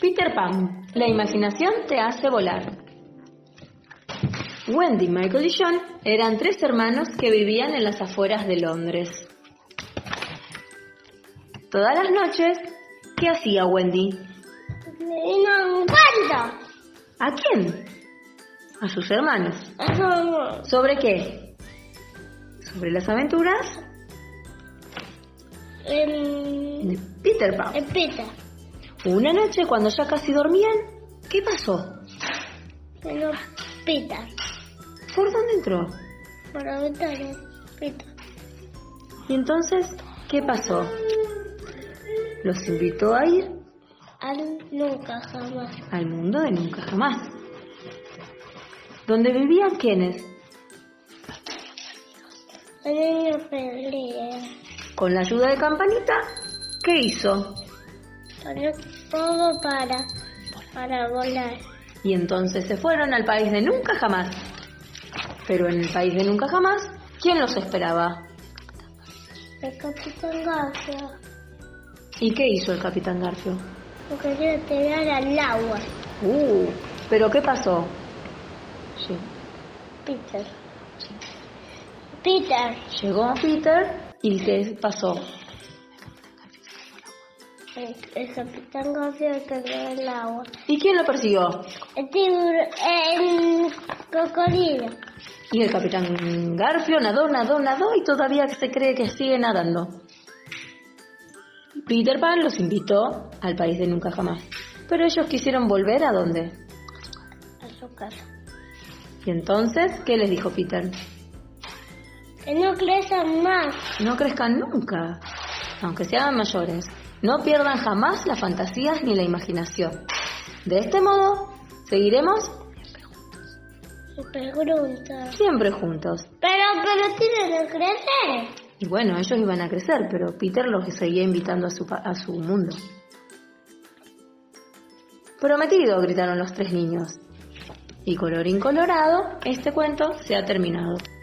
Peter Pan, la imaginación te hace volar. Wendy, Michael y John eran tres hermanos que vivían en las afueras de Londres. Todas las noches, ¿qué hacía Wendy? Le dieron un cuento. ¿A quién? A sus hermanos. Eso, ¿Sobre qué? ¿Sobre las aventuras? em, de Peter Pan. el Peter. Una noche, cuando ya casi dormían, ¿qué pasó? Pero Peter. ¿Por dónde entró? Para evitar Peter. Y entonces, ¿qué pasó? Los invitó a ir Al nunca jamás. al mundo de nunca jamás. ¿Dónde vivían quiénes? El niño feliz. Con la ayuda de Campanita, ¿qué hizo? Pero todo para, para volar. Y entonces se fueron al país de nunca jamás. Pero en el país de nunca jamás, ¿quién los esperaba? El capitán Garfio ¿Y qué hizo el capitán Garfio? lo quería tirar al agua. Uh, ¿pero qué pasó? Sí. Peter. Peter. Llegó Peter y ¿qué pasó? El, el capitán Garfio cayó al agua. ¿Y quién lo persiguió? El tiburón. El cocodrilo. Y el capitán Garfio nadó, nadó, nadó y todavía se cree que sigue nadando. Peter Pan los invitó al país de nunca jamás. Pero ellos quisieron volver a donde. A su casa. Y entonces, ¿qué les dijo Peter? Que no crezcan más. No crezcan nunca, aunque se hagan mayores. No pierdan jamás las fantasías ni la imaginación. De este modo, seguiremos Me pregunta. siempre juntos. Pero, pero tiene que crecer. Y bueno, ellos iban a crecer, pero Peter los seguía invitando a su, pa- a su mundo. Prometido, gritaron los tres niños. Y colorín colorado, este cuento se ha terminado.